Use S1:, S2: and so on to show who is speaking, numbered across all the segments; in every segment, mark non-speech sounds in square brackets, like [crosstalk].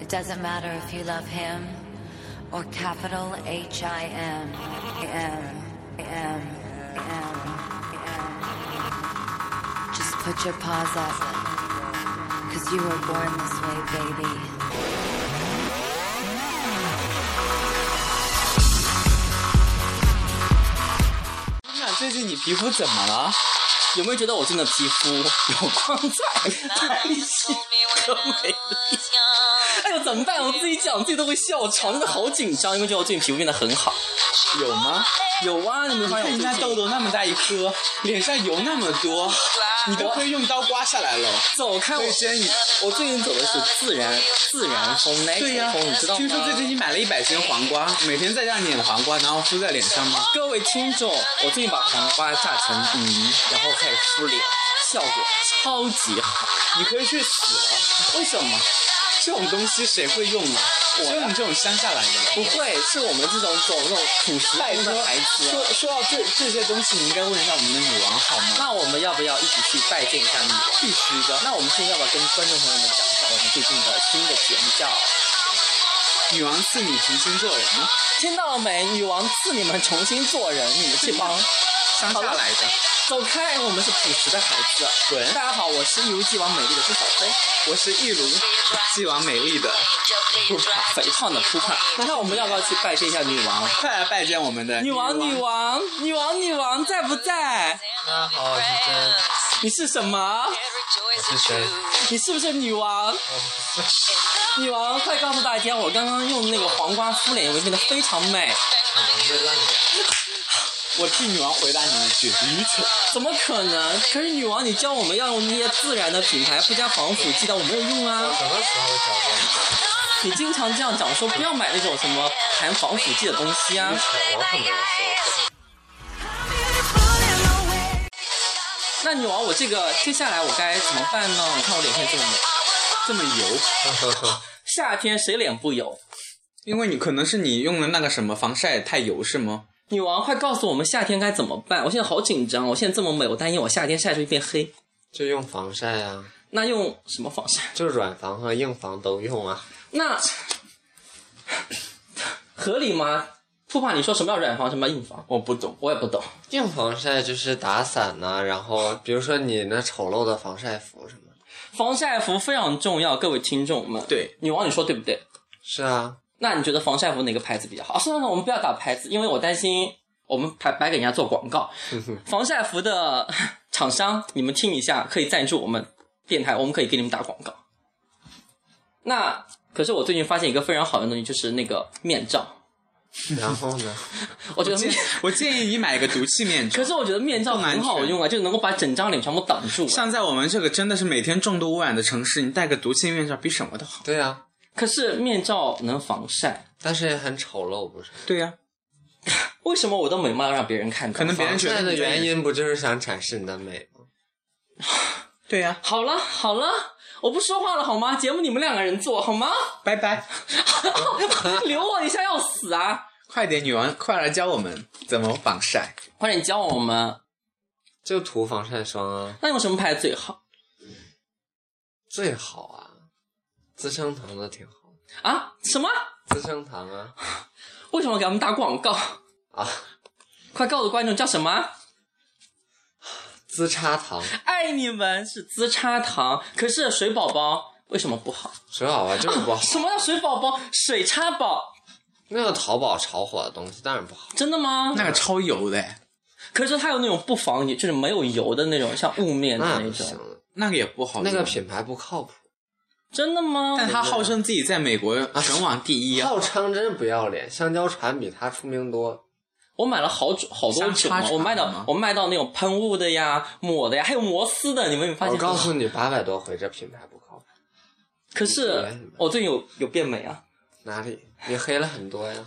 S1: It doesn't matter if you love him or capital H I M. M. M. M. M. Just put your paws up. Cause you were born this way, baby.
S2: 娜，哎最近你皮肤怎么了？有没有觉得我真的皮肤有光彩、弹 [laughs] 性和美丽？哎呦，怎么办？我自己讲，我自己都会笑，我场真的好紧张，因为觉得我最近皮肤变得很好。
S3: 有吗？
S2: 有啊，你没发
S3: 看
S2: 现我
S3: 人
S2: 最
S3: 家
S2: 近
S3: 痘痘那么大一颗，脸上油那么多，你都可以用刀刮下来了。
S2: 走开我
S3: 所以建议，
S2: 我最近走的是自然自然风 natural 风，
S3: 对呀、
S2: 你知道吗？
S3: 听说最近你买了一百斤黄瓜，每天在家碾黄瓜，然后敷在脸上吗？
S2: 各位听众，我最近把黄瓜榨成泥，然后开始敷脸，效果超级好。
S3: 你可以去死！
S2: 为什么？
S3: 这种东西谁会用啊？只有你这种乡下来的。
S2: 不会是我们这种走那种朴实风的孩
S3: 哎说
S2: 子。
S3: 说到这这些东西，你应该问一下我们的女王好吗？
S2: 那我们要不要一起去拜见一下女王？
S3: 必须的，
S2: 那我们现在要不要跟观众朋友们讲一下我们最近的新的节目叫？
S3: 女王赐你重新做人吗？
S2: 听到了没？女王赐你们重新做人，你们这帮
S3: [laughs] 乡下来的，
S2: 走开！我们是朴实的孩
S3: 啊
S2: 子。
S3: 滚
S2: 大家好，我是一如既往美丽的朱小飞。
S3: 我是一如既往美丽的，
S2: 不胖，肥胖的扑
S3: [laughs]
S2: 胖。那我们要不要去拜见一下女王？
S3: 快来拜见我们的
S2: 女王，女王，女王，女王在不在？
S4: 大家好，我是真，
S2: 你是什么？
S4: 我是谁？
S2: 你是不是女
S3: [laughs]
S2: 王？女王，快告诉大家，我刚刚用那个黄瓜敷脸，我变得非常美。
S3: 我替女王回答你一句：愚蠢。
S2: 怎么可能？可是女王，你教我们要用那些自然的品牌，不加防腐剂的，我没有用啊。
S4: 什么时候讲的？
S2: 你经常这样讲，说不要买那种什么含防腐剂的东西啊。
S4: 我可没有说。
S2: 那女王，我这个接下来我该怎么办呢？你看我脸现在这么美，这么油，
S3: [laughs]
S2: 夏天谁脸不油？
S3: 因为你可能是你用的那个什么防晒太油是吗？
S2: 女王，快告诉我们夏天该怎么办！我现在好紧张，我现在这么美，我担心我夏天晒出一片黑。
S4: 就用防晒啊，
S2: 那用什么防晒？
S4: 就软防和硬防都用啊。
S2: 那合理吗？不怕你说什么叫软防，什么叫硬防，
S3: 我不懂，
S2: 我也不懂。
S4: 硬防晒就是打伞呐、然后比如说你那丑陋的防晒服什么的。
S2: 防晒服非常重要，各位听众们。
S3: 对，
S2: 女王，你说对不对？
S4: 是啊，
S2: 那你觉得防晒服哪个牌子比较好？啊算了，算了我们不要打牌子，因为我担心我们白白给人家做广告。防晒服的厂商，你们听一下，可以赞助我们电台，我们可以给你们打广告。那可是我最近发现一个非常好用的东西，就是那个面罩。
S4: 然后呢？
S2: 我觉得面， [laughs]
S3: 我建议你买个毒气面罩
S2: 可。是我觉得面罩很好用啊，就是能够把整张脸全部挡住。啊
S3: 像在我们这个真的是每天重度污染的城市，你戴个毒气面罩比什么都好。
S4: 对啊，
S2: 可是面罩能防晒，
S4: 但是也很丑陋，不是？
S3: 对呀、
S2: 为什么我的美貌要让别人看到？
S3: 可能别人觉
S4: 防晒
S3: 得
S4: 的
S3: 你这个
S4: 原
S3: 人。
S4: 因不就是想展示你的美吗？
S3: 对呀、
S2: 好了好了，我不说话了好吗？节目你们两个人做好吗？
S3: 拜拜，
S2: 留我一下要死啊！
S3: 快点，女王，快来教我们怎么防晒。
S2: 快点教我们，
S4: 就涂防晒霜啊，
S2: 那用什么牌最好
S4: 最好啊，资生堂的挺好，
S2: 啊？什么？
S4: 资生堂啊
S2: 为什么给他们打广告？
S4: 啊，
S2: 快告诉观众叫什么？
S4: 资差堂。
S2: 爱你们是资差堂，可是水宝宝为什么不好？
S4: 水好吧，啊就是
S2: [laughs]
S4: 不好。
S2: 什么叫水宝宝？水叉宝？
S4: 那个淘宝炒火的东西当然不好。
S2: 真的吗？
S3: 那个超油的，
S2: 可是它有那种不防油，就是没有油的那种，像雾面的
S4: 那
S2: 那
S4: 不
S2: 种
S4: 行。了，
S3: 那个也不好用。
S4: 那个品牌不靠谱，
S2: 真的吗？
S3: 但他号称自己在美国全网第一啊。
S4: 号称真不要脸，香蕉船比它出名多。
S2: 我买了好种好多种
S3: 像
S2: 啊
S3: 叉，叉
S2: 我卖到
S3: 吗
S2: 我卖到那种喷雾的呀、抹的呀，还有摩丝的，你们有没有发
S4: 我
S2: 现？
S4: 告诉你，八百多回这品牌不靠谱，
S2: 可
S4: 你
S2: 是
S4: 自己买
S2: 我最近有有变美啊，
S4: 哪里？你黑了很
S2: [laughs]
S4: 多呀，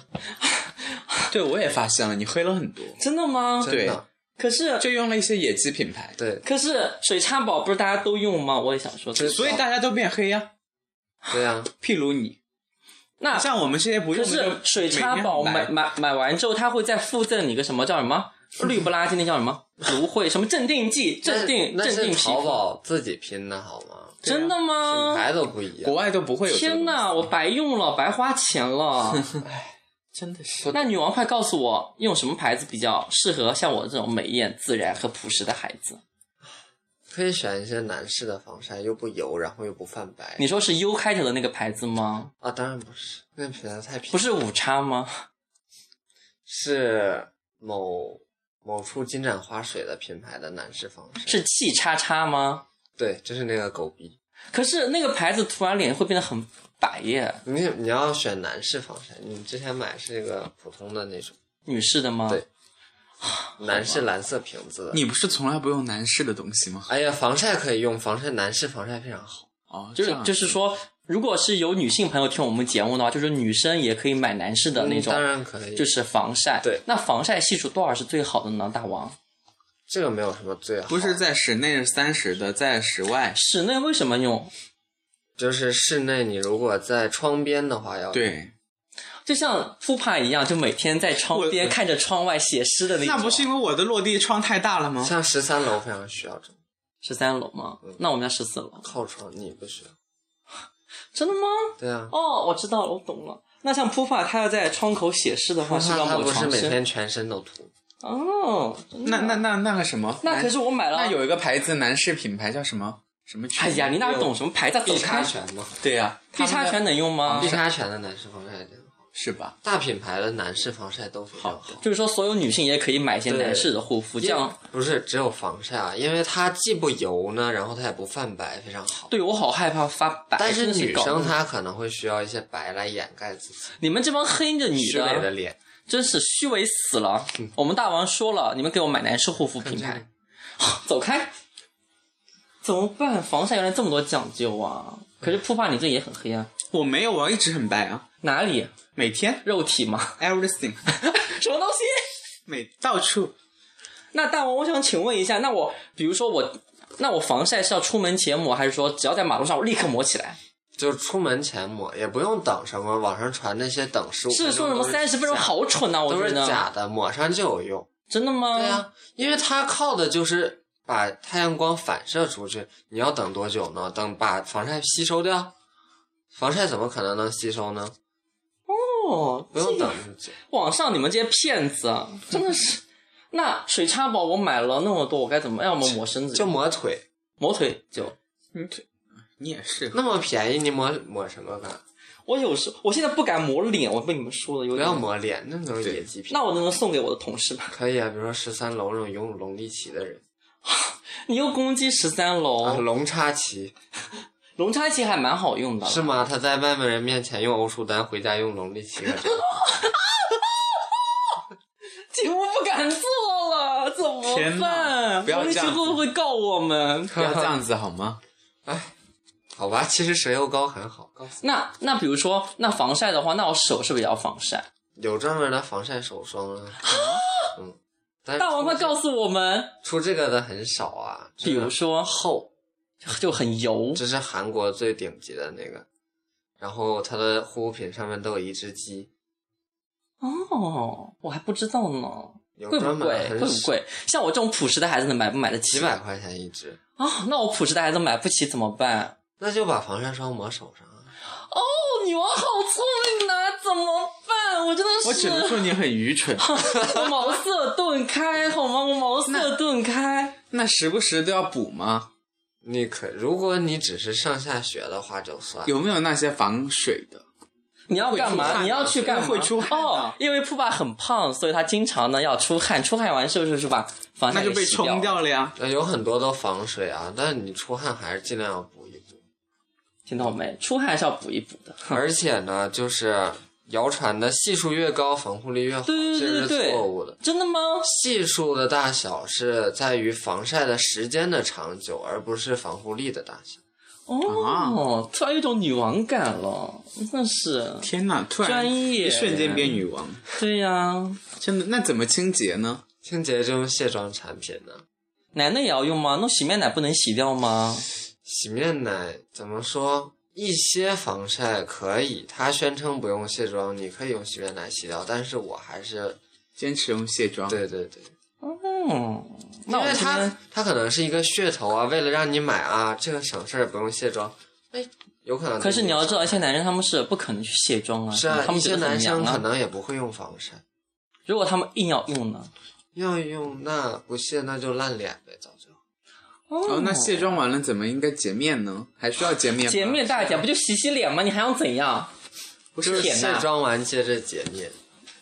S3: 对，我也发现了，你黑了很多，
S2: 真的吗？
S4: 真的。
S2: 可是
S3: 就用了一些野鸡品牌，
S4: 对
S2: 可是水叉宝不是大家都用吗？我也想说，
S4: 真
S3: 所以大家都变黑呀、
S4: 对呀、
S3: 譬如你，
S2: 那
S3: 像我们这些不
S2: 可
S3: 用
S2: 是
S3: 的，
S2: 水叉宝买买买完之后，它会再附赠你个什么叫什么绿不
S3: [laughs]
S2: 拉几，那叫什么芦荟什么镇定剂，
S4: 那
S2: 镇定
S4: 那
S2: 镇定
S4: 是
S2: 皮
S3: 啊
S4: 淘
S2: 肤。
S4: 宝自己拼的好吗？
S2: 真的
S4: 品
S2: 吗？
S4: 牌都不一样
S3: 国。外都不会有这个
S2: 天
S3: 东西。哎
S2: 哪，我白用了，白花钱
S3: [laughs]
S2: 了。
S3: 真的是
S2: 那女王快告诉我，用什么牌子比较适合像我这种美艳、自然和朴实的孩子？
S4: 可以选一些男士的防晒，又不油，然后又不泛白。
S2: 你说是 U 开头的那个牌子吗？
S4: 啊，当然不是，那品牌太便宜。
S2: 不是五叉吗？
S4: 是某某处金盏花水的品牌的男士防晒。
S2: 是气叉叉吗？
S4: 对，就是那个狗逼。
S2: 可是那个牌子涂完脸会变得很白耶，
S4: 你你要选男士防晒，你之前买是那个普通的那种，
S2: 女士的吗？
S4: 对男士蓝色瓶子的。
S3: 你不是从来不用男士的东西吗？
S4: 哎呀，防晒可以用，防晒男士防晒非常好。
S3: 哦，
S2: 就
S3: 这
S2: 是
S3: 样
S2: 就是说，如果是有女性朋友听我们节目的话，就是女生也可以买男士的那种，
S4: 嗯当然可以，
S2: 就是防晒。
S4: 对
S2: 那防晒系数多少是最好的呢？大王，
S4: 这个没有什么最好，
S3: 不是在室内是三十的，在室外
S2: 室内为什么用？
S4: 就是室内你如果在窗边的话要
S3: 对，
S2: 就像富帕一样，就每天在窗边
S3: 我
S2: 看着窗外写诗的那种。
S3: 那不是因为我的落地窗太大了吗？
S2: 啊
S4: 像十三楼非常需要这种
S2: 十三楼吗？那我们家十四楼。
S4: 靠窗，你不需要。
S2: 真的吗？
S4: 对啊，
S2: 哦，我知道了，我懂了。那像 Pupa，他要在窗口写诗的话，是
S4: 那
S2: 要
S4: 他
S2: 抹
S4: 啊不是
S2: 床
S4: 每
S2: 身。
S4: 天全身都涂，
S2: 哦，真的
S3: 那那那那个什么，
S2: 那可是我买了。
S3: 那有一个牌子男士品牌叫什么什么泉？
S2: 哎呀，你哪懂什么牌子？走
S4: 碧
S2: 开哦
S4: 叉！泉吗？
S3: 对呀、
S2: 碧叉
S3: 他
S2: 拳
S3: 们的
S2: 能用吗
S4: 碧？叉泉的男士防晒真好，
S3: 是吧？
S4: 大品牌的男士防晒都非常好。
S2: 就是说，所有女性也可以买一些
S4: 对
S2: 男士的护肤，这
S4: 因为
S2: 样。
S4: 不是只有防晒啊，因为它既不油呢，然后它也不泛白，非常好。
S2: 对我好害怕发白。
S4: 但
S2: 真
S4: 是
S2: 的是
S4: 女
S2: 搞不
S4: 生
S2: 懂，
S4: 她可能会需要一些白来掩盖自己
S2: 你们这帮黑着女
S4: 虚伪的脸。
S2: 真是虚伪死了！我们大王说了，你们给我买男士护肤品
S4: 嗯看这
S2: 牌
S4: 个，
S2: [laughs] 走开！怎么办？防晒原来这么多讲究啊！可
S4: 嗯
S2: 是扑帕你这也很黑啊，
S3: 我没有，我一直很白啊，
S2: 哪里？
S3: 每天
S2: 肉体吗？ [laughs]
S3: everything， [laughs]
S2: 什么东西？
S3: 每到处
S2: 那大王，我想请问一下，那我比如说我，那我防晒是要出门前抹，还是说只要在马路上我立刻抹起来？
S4: 就出门前抹，也不用等什么，网上传那些等十五
S2: 是说什么三十分钟好蠢啊呐、我
S4: 都
S2: 觉
S4: 是
S2: 得嗯
S4: 假的，抹上就有用。
S2: 真的吗？
S4: 对呀、啊因为它靠的就是把太阳光反射出去。你要等多久呢？等把防晒吸收掉？防晒怎么可能能吸收呢？
S2: 哦，
S4: 不用
S2: 这
S4: 等
S2: 个
S4: 那么久。
S2: 网上你们这些骗子啊，真的是。那水叉宝我买了那么多，我该怎么？要么抹身子，
S4: 就抹腿，
S2: 抹腿就。
S3: 你腿，你也是
S4: 那么便宜，你抹抹什么干？
S2: 我有时我现在不敢抹脸，我被你们说的有
S4: 不
S2: 点
S4: 要。抹脸，那种野鸡皮。
S2: 那我能不能送给我的同事吧？
S4: 可以啊，比如说十三楼那种游泳龙立旗的人，
S2: 你又攻击十三
S4: 啊，
S2: 楼，
S4: 龙插旗
S2: 龙叉旗还蛮好用的。
S4: 是吗？他在外面人面前用欧舒丹，回家用龙立旗，可真
S2: [laughs]
S4: 好
S2: 节目不敢做了，怎么
S3: 天哪
S2: 办？
S3: 不要
S2: 红绿
S3: 这样
S2: 区会不会告我
S3: [laughs]
S2: 们？
S3: 不要这样子好吗？
S4: 好吧？其实蛇油膏很好，告诉
S2: 那那比如说，那防晒的话，那我手是不是也要防晒？
S4: 你有专门的防晒手霜啊。嗯，但是
S2: 大王快
S4: 出这
S2: 告诉我们，
S4: 出这个的很少啊，
S2: 比如说
S4: 厚，
S2: 就很油
S4: 这是韩国最顶级的那个，然后它的护肤品上面都有一只鸡，
S2: 哦，我还不知道呢。
S4: 有
S2: 贵
S4: 专
S2: 不
S4: 门
S2: 贵？贵
S4: 很
S2: 不
S4: 少
S2: 贵？像我这种朴实的孩子，能买不买得
S4: 几
S2: 起？
S4: 百块钱一只，
S2: 啊、那我朴实的孩子买不起怎么办？哦
S4: 那就把防晒霜抹手上啊。
S2: 女王好聪明呐、怎么办？我真的是，
S3: 我只能说你很
S2: [laughs]
S3: 愚蠢， [laughs]
S2: 我茅塞顿开，好吗？我茅塞顿开。
S3: 那时不时都要补吗？
S4: 你可，如果你只是上下学的话就算，
S3: 有没有那些防水的？
S2: 你要干
S3: 会出
S2: 嘛？
S3: 汗
S2: 你要去干嘛？
S3: 会出汗的
S2: 哦，因为铺爸很胖，所以他经常呢要出汗，出汗完是不是是吧？防晒
S3: 那就被
S2: 给洗
S3: 冲
S2: 掉。
S3: 掉了呀。
S4: 呃有很多都防水啊，但是你出汗还是尽量要补一补。
S2: 听到没？出汗是要补一补的。 [laughs]
S4: 而且呢，就是谣传的系数越高，防护力越好，
S2: 对对对
S4: 这
S2: 对
S4: 是
S2: 对，
S4: 错误的。
S2: 真的吗？
S4: 系数的大小是在于防晒的时间的长久，而不是防护力的大小。
S3: 啊
S2: 哦，突然有一种女王感了，真的是。
S3: 天哪！突然
S2: 专业哦
S3: 一瞬间变女王，
S2: 对呀、
S3: 真的？那怎么清洁呢？
S4: 清洁就用卸妆产品呢、
S2: 奶奶也要用吗？那洗面奶不能洗掉吗？
S4: 洗面奶怎么说？一些防晒可以，它宣称不用卸妆，你可以用洗面奶洗掉，但是我还是
S3: 坚持用卸妆。
S4: 对对对，
S2: 嗯，那
S4: 因
S2: 我
S4: 为
S2: 今天
S4: 它它可能是一个噱头啊，为了让你买啊，这个省事儿不用卸妆，哎，有可能。
S2: 可是你要知道，一些男生他们是不可能去卸妆啊，
S4: 是啊，
S2: 他
S4: 一
S2: 们觉
S4: 些
S2: 得很
S4: 男生
S2: 娘
S4: 可
S2: 啊。
S4: 能也不会用防晒，
S2: 如果他们硬要用呢？
S4: 要用那不卸那就烂脸呗，早就。
S3: 哦
S2: 哦，
S3: 那卸妆完了怎么应该洁面呢？还需要洁面吗？
S2: 洁面大姐不就洗洗脸吗？你还要怎样？
S4: 不
S2: 是舔啊
S4: 卸
S2: 呐
S4: 妆完接着洁面，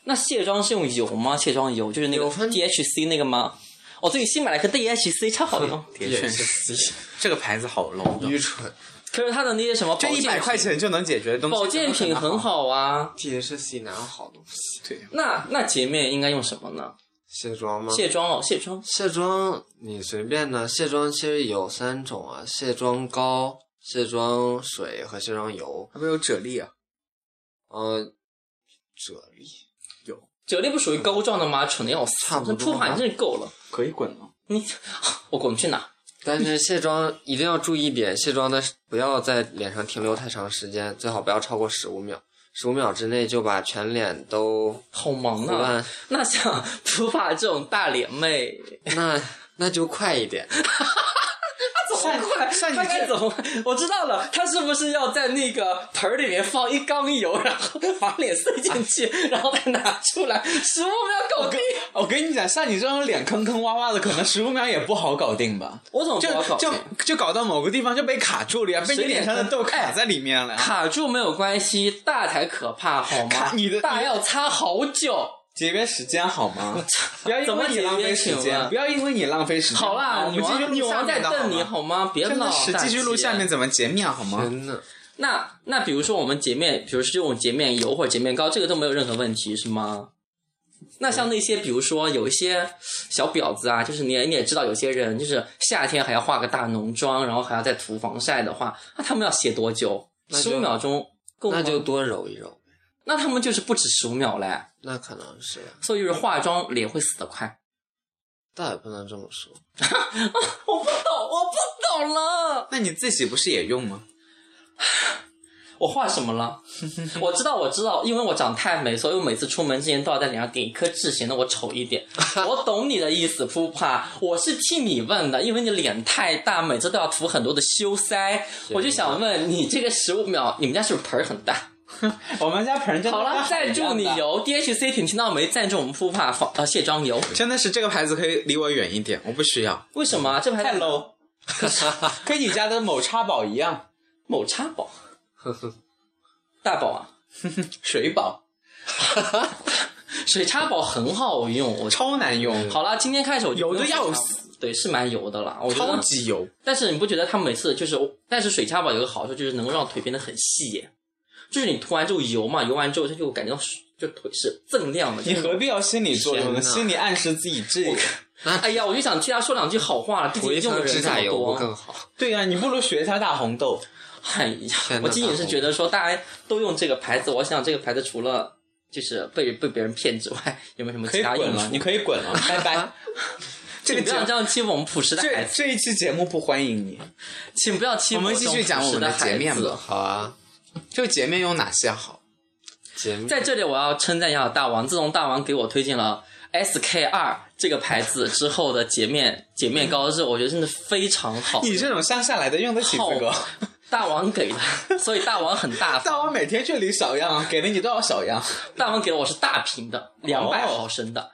S2: 那卸妆是用油吗？卸妆油就是那个
S4: 有分
S2: DHC 那个吗？我最近新买了一个 DHC，超好用。
S3: 铁圈
S4: 也是
S3: 这个牌子好 low，
S2: 啊
S4: 愚蠢。
S2: [laughs] 可是它的那些什么
S3: 这
S2: 保
S3: 一百
S2: 健
S3: 块钱就能解决的东西，
S2: 保健品很。好啊。
S4: D H C 哪有好东西？
S3: 对，
S2: 那那洁面应该用什么呢？
S4: 卸妆吗？
S2: 卸妆哦，卸妆。
S4: 卸妆你随便呢，卸妆其实有三种啊，卸妆膏、卸妆水和卸妆油。
S3: 它不是有啫喱啊？
S4: 呃，啫喱
S2: 啫喱不属于膏状的吗？蠢的要死！
S4: 差不多吧
S2: 那铺满真是够了。
S3: 可以滚了。
S2: 你 [laughs] 我滚去哪？
S4: 但是卸妆一定要注意一点，卸妆的是不要在脸上停留太长时间，最好不要超过十五秒，十五秒之内就把全脸都
S2: 好忙
S4: 涂
S2: 啊！
S4: 完，
S2: 那像 [laughs] 普法这种大脸妹，
S4: 那那就快一点。
S2: 怎么快？
S3: 像你
S2: 他该
S3: 这
S2: 怎么快？ [laughs] 我知道了，他是不是要在那个盆儿里面放一缸油，然后把脸塞 [laughs] 进去，然后再拿出来，十五秒搞定？
S3: 我跟你讲，像你这种脸坑坑洼洼的，可能十五秒也不好搞定吧。
S2: 我怎么不好搞
S3: 就
S2: 定
S3: 就就搞到某个地方就被卡住了呀，被你
S2: 谁
S3: 脸上的
S2: 脸
S3: 痘
S2: 坑
S3: 卡在里面了。
S2: 卡住没有关系，大才可怕好吗
S3: 卡？你的
S2: 大要擦好 [laughs] 久。
S3: 节约时间好吗？ [laughs] 不要因
S2: 怎么
S3: 为你
S2: 节约
S3: 浪费时
S2: 请
S3: 间，
S2: 问
S3: 不要因为你浪费时间。啊
S2: 好啦，
S3: 我
S2: 女
S3: 们继续
S2: 王女
S3: 录下
S2: 王在
S3: 面的
S2: 瞪你
S3: 好吗。
S2: 好吗？别
S3: 真
S2: 闹
S3: 的，是
S2: 大
S3: 继续录
S2: 姐
S3: 下面怎么洁面好吗？
S4: 真的，
S2: 那那比如说我们洁面，比如说这种洁面油或者洁面膏，这个都没有任何问题，是吗？那像那些，比如说有一些小婊子啊，就是你也你也知道，有些人就是夏天还要化个大浓妆，然后还要再涂防晒的话，那他们要写多久？
S4: 那
S2: 十
S4: 就
S2: 五秒钟够吗
S4: 那就多揉一揉，
S2: 那他们就是不止十五秒嘞，
S4: 那可能是，啊
S2: 所以就是化妆脸会死得快。
S4: 倒也不能这么说。
S2: [laughs] 我不懂，我不懂了。
S3: 那你自己不是也用吗？
S2: 我画什么了？我知道，我知道，因为我长太美，所以我每次出门之前都要在脸上点一颗痣，显得我丑一
S3: [laughs]
S2: 点。我懂你的意思，扑啪，我是替你问的，因为你脸太大，每次都要涂很多的修腮，我就想问你，这个十五秒，你们家是不是盆儿很大？
S3: [laughs] 我们家盆儿真的
S2: 好
S3: [laughs]
S2: 了，赞助你
S3: 有，
S2: 油，DHC 挺听到没？赞助我们扑啪防呃卸妆油，
S3: 真的是这个牌子可以离我远一点，我不需要。
S2: 为什么啊这牌
S3: 太
S2: 子
S3: low，跟 [laughs] 你家的某叉宝一样，
S2: 某叉宝、大宝啊，
S3: 水宝
S2: 水叉宝很好用，我
S3: 超难用，
S2: 好了，今天开始我就不
S3: 油
S2: 用
S3: 的要
S2: 水叉
S3: 死，
S2: 对，是蛮油的啦，我觉得
S3: 超级油。
S2: 但是你不觉得它每次就是，但是水叉宝有个好处就是能够让腿变得很细耶，就是你涂完之后油嘛，油完之后它就感觉到水就腿是锃亮的。
S3: 你何必要心理作用呢？
S4: 天哪
S3: 心理暗示自己这，
S2: 哎呀，我就想替他说两句好话了，毕
S4: 涂
S2: 竟
S4: 一
S2: 用的
S4: 层
S2: 人
S4: 指
S2: 这
S4: 甲
S2: 么
S4: 油不
S2: 多。
S4: 更好？
S3: 对呀、你不如学一下大红豆。
S2: 哎呀
S4: 天，哪
S2: 我仅仅是觉得说大家都用这个牌子，我想这个牌子除了就是被被别人骗之外，有没有什么
S3: 可
S2: 其
S3: 以
S2: 他
S3: 滚
S2: 用
S3: 了，你
S2: 处？
S3: 可以滚 [laughs] 了，拜拜。这个
S2: 请不
S3: 节
S2: 要
S3: 目
S2: 这样欺负我们朴实的孩
S3: 这
S2: 子，
S3: 这一期节目不欢迎你。
S2: 请不要欺负
S3: 我们
S2: 这
S3: 继
S2: 种
S3: 续讲
S2: 朴
S3: 我
S2: 实
S3: 们的洁
S2: 孩
S3: 面
S2: 子
S3: 吧。
S4: 好啊，
S3: 就洁面有哪些好？
S4: 洁面
S2: 在这里我要称赞一下大王，自从大王给我推荐了 SK 二这个牌子之后的洁面洁面膏是，我觉得真的非常好。
S3: 你这种乡下来的用得起这个
S2: 好？大王给的，所以大王很大方，
S3: 大王每天去理小样，给了你多少小样？
S2: 大王给的我是大瓶的，两百毫升
S3: 哦
S2: 的。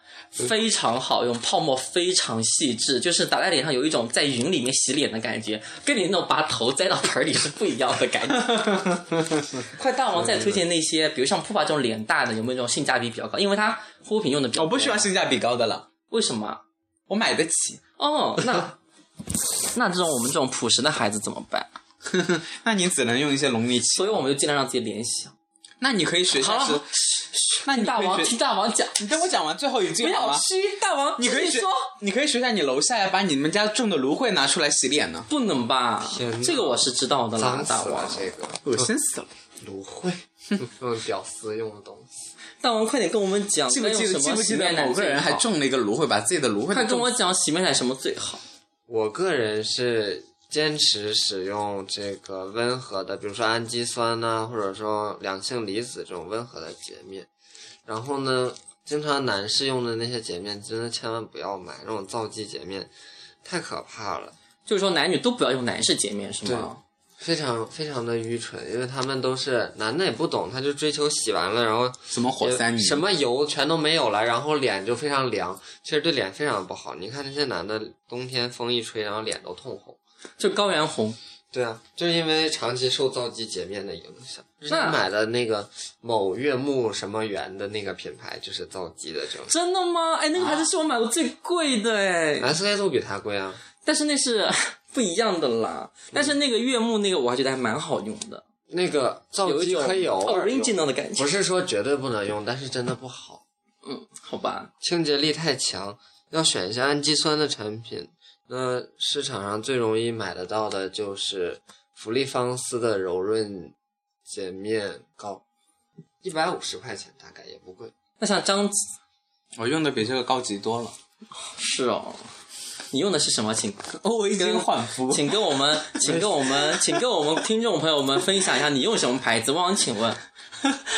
S2: 非常好用，泡沫非常细致，就是打在脸上有一种在云里面洗脸的感觉，跟你那种把头栽到盆里是不一样的感
S3: [laughs]
S2: 觉。快大王再推荐那些，比如像 p 爸这种脸大的，有没有这种性价比比较高？因为它护肤品用的比较
S3: 我不需
S2: 多
S3: 要性价比高的了，
S2: 为什么？
S3: 我买得起。
S2: 哦，那那这种我们这种朴实的孩子怎么办？
S3: [laughs] 那你只能用一些龙力
S2: 所
S3: 奇。
S2: 以我们就尽量让自己联系。
S3: 那你可以学一
S2: 好
S3: 下
S2: 了
S3: 是，那你
S2: 听大
S3: 可
S2: 王
S3: 以学
S2: 听，大王讲，
S3: 你等我讲完最后一
S2: 不
S3: 句好
S2: 要
S3: 吗？
S2: 虚。大王，
S3: 你可以
S2: 自己
S3: 学
S2: 说，，
S3: 你可以学一下你楼下呀，把你们家种的芦荟拿出来洗脸呢。
S2: 不能吧
S4: 天哪？
S2: 这个我是知道的啦
S4: 脏，
S2: 大
S4: 死
S2: 王
S4: 了。这个
S3: 恶心死了！
S4: 芦荟， [laughs] 用屌丝用的东西。
S2: 大王，快点跟我们讲，
S3: 记不记
S2: 该
S3: 得
S2: 用
S3: 记
S2: 什
S3: 不
S2: 么
S3: 记
S2: 洗
S3: 得
S2: 面奶
S3: 某个人还
S2: 最好？
S3: 种了一个芦荟，把自己的芦荟
S2: 快
S3: 都
S2: 跟
S3: 种
S2: 我讲洗面奶什么最好？
S4: 我个人是坚持使用这个温和的，比如说氨基酸呐、或者说两性离子这种温和的洁面。然后呢，经常男士用的那些洁面，真的千万不要买那种皂基洁面，太可怕了，
S2: 就是说男女都不要用男士洁面，是吗？
S4: 非常非常的愚蠢，因为他们都是男的也不懂，他就追求洗完了，然后
S3: 什么火三米，
S4: 什么油全都没有了，然后脸就非常凉，其实对脸非常不好。你看那些男的，冬天风一吹，然后脸都通红。
S2: 就高原红，
S4: 对啊，就是因为长期受皂基洁面的影响。之前
S2: 那
S4: 买的那个某悦木什么源的那个品牌，就是皂基的这种。
S2: 真的吗？哎，那个牌子是我买过最贵的哎，
S4: S K two 比它贵啊，
S2: 但是那是 [laughs] 不一样的啦。但是那个悦木那个我还觉得还蛮好用的，
S4: 那个皂
S2: 有一
S4: 基
S2: 种
S4: 可以
S3: 哦
S4: 偶尔用，
S2: original 的感觉
S4: 不。是说绝对不能用，但是真的不好，
S2: 嗯，好吧，
S4: 清洁力太强，要选一下氨基酸的产品。那市场上最容易买得到的就是芙丽芳丝的柔润洁面膏，一百五十块钱大概也不贵。
S2: 那像张
S3: 我用的比这个高级多了。
S2: 是哦，你用的是什么？请
S3: 哦我已经焕肤，
S2: 请跟我
S3: [laughs]
S2: 们，请跟我们，请跟我们听众朋友们分享一下你用什么牌子？汪汪，请
S3: [laughs]
S2: 问，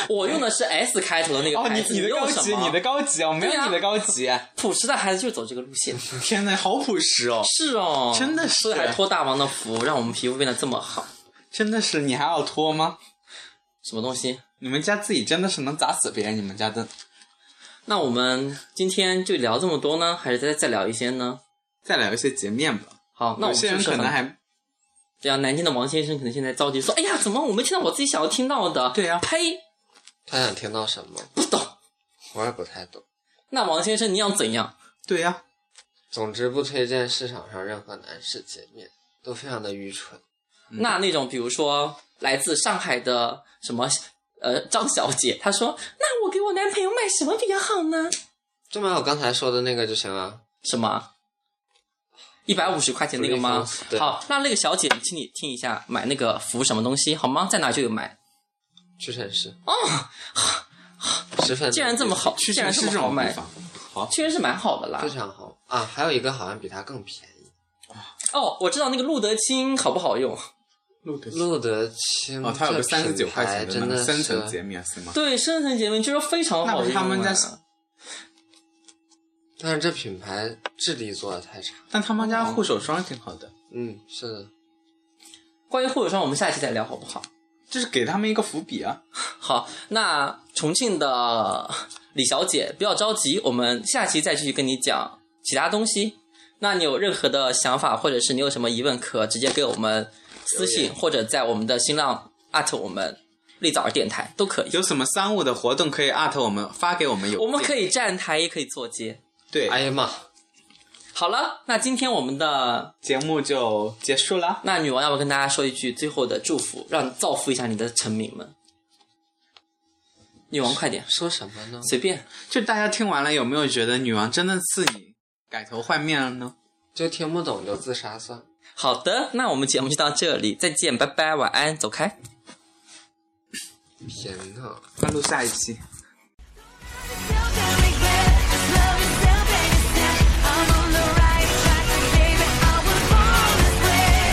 S2: 我用的是 S 开头的那个
S3: 哦，
S2: 牌
S3: 你
S2: 子，
S3: 你的
S2: 用
S3: 高
S2: 什
S3: 级，
S2: 么？
S3: 你的高级，我没
S2: 对啊
S3: 有你的高级。
S2: 朴实的孩子就走这个路线，
S3: 天呐，好朴
S2: [laughs]
S3: 实哦！
S2: 是哦，
S3: 真的是
S2: 所以还托大王的福，让我们皮肤变得这么好。
S3: 真的是，你还要脱吗？
S2: 什么东西？
S3: 你们家自己真的是能砸死别人，你们家的
S2: 那我们今天就聊这么多呢，还是再再聊一些呢？
S3: 再聊一些洁面吧。
S2: 好，那我
S3: 有
S2: 们
S3: 些
S2: 是
S3: 人
S2: 不是
S3: 可能
S2: 很
S3: 还
S2: 对啊，南京的王先生可能现在着急说：“哎呀，怎么我没听到我自己想要听到的？”
S3: 对啊
S2: 呸，
S4: 他想听到什么？
S2: 不懂。
S4: 我也不太懂。
S2: 那王先生你想怎样？
S3: 对呀、
S4: 总之，不推荐市场上任何男士洁面，都非常的愚蠢。
S3: 嗯
S2: 那那种比如说来自上海的什么呃张小姐，她说：“那我给我男朋友买什么比较好呢
S4: 就买我刚才说的那个就行了。？”
S2: 什么？一百五十块钱那个吗
S4: 福利方？对
S2: 好，那那个小姐，请你听一下，买那个福什么东西好吗？在哪就有买。
S4: 屈臣氏哦，十
S2: [laughs]
S4: 分
S2: 既然这么好，
S3: 屈
S2: 既然
S3: 臣
S2: 这么
S3: 氏这
S2: 好
S3: 种地
S2: 买，
S3: 方，
S2: 确实是蛮好的啦
S4: 非。常好啊！还有一个好像比它更便宜，
S2: 哦，我知道那个路德清好不好用？
S3: 路德
S4: 路德清
S3: 哦，它有个三十九块钱
S4: 嗯这
S3: 的那
S4: 品牌真的
S3: 个三
S4: 是
S3: 层洁面是吗？
S2: 对，深层洁面就是非常
S3: 那
S2: 好
S3: 不
S2: 用
S3: 是
S2: 啊。
S3: 他们家
S4: 但是这品牌质地做的太差。
S3: 但他们家护手霜挺好的，
S4: 嗯，是的，
S2: 关于护手霜，我们下一期再聊好不好？
S3: 就是给他们一个伏笔啊。
S2: 好，那重庆的李小姐不要着急，我们下期再继续跟你讲其他东西。那你有任何的想法，或者是你有什么疑问，可直接给我们私
S4: 留
S2: 信，
S4: 言
S2: 或者在我们的新浪我们立早儿电台都可以。
S3: 有什么商务的活动可以 at 我们，发给我们邮
S2: 我们可
S3: 以
S2: 以站台，也可以坐街。
S3: 对、
S4: 哎呀妈，
S2: 好了，那今天我们的
S3: 节目就结束啦。
S2: 那女王要不要跟大家说一句最后的祝福，让你造福一下你的臣民们？女王快点，
S4: 说什么呢？
S2: 随便。
S3: 就大家听完了，有没有觉得女王真的是你改头换面了呢？
S4: 就听不懂就自杀算了。
S2: 好的，那我们节目就到这里，再见，拜拜，晚安，走开。
S4: 天呐！
S3: 快录下一期。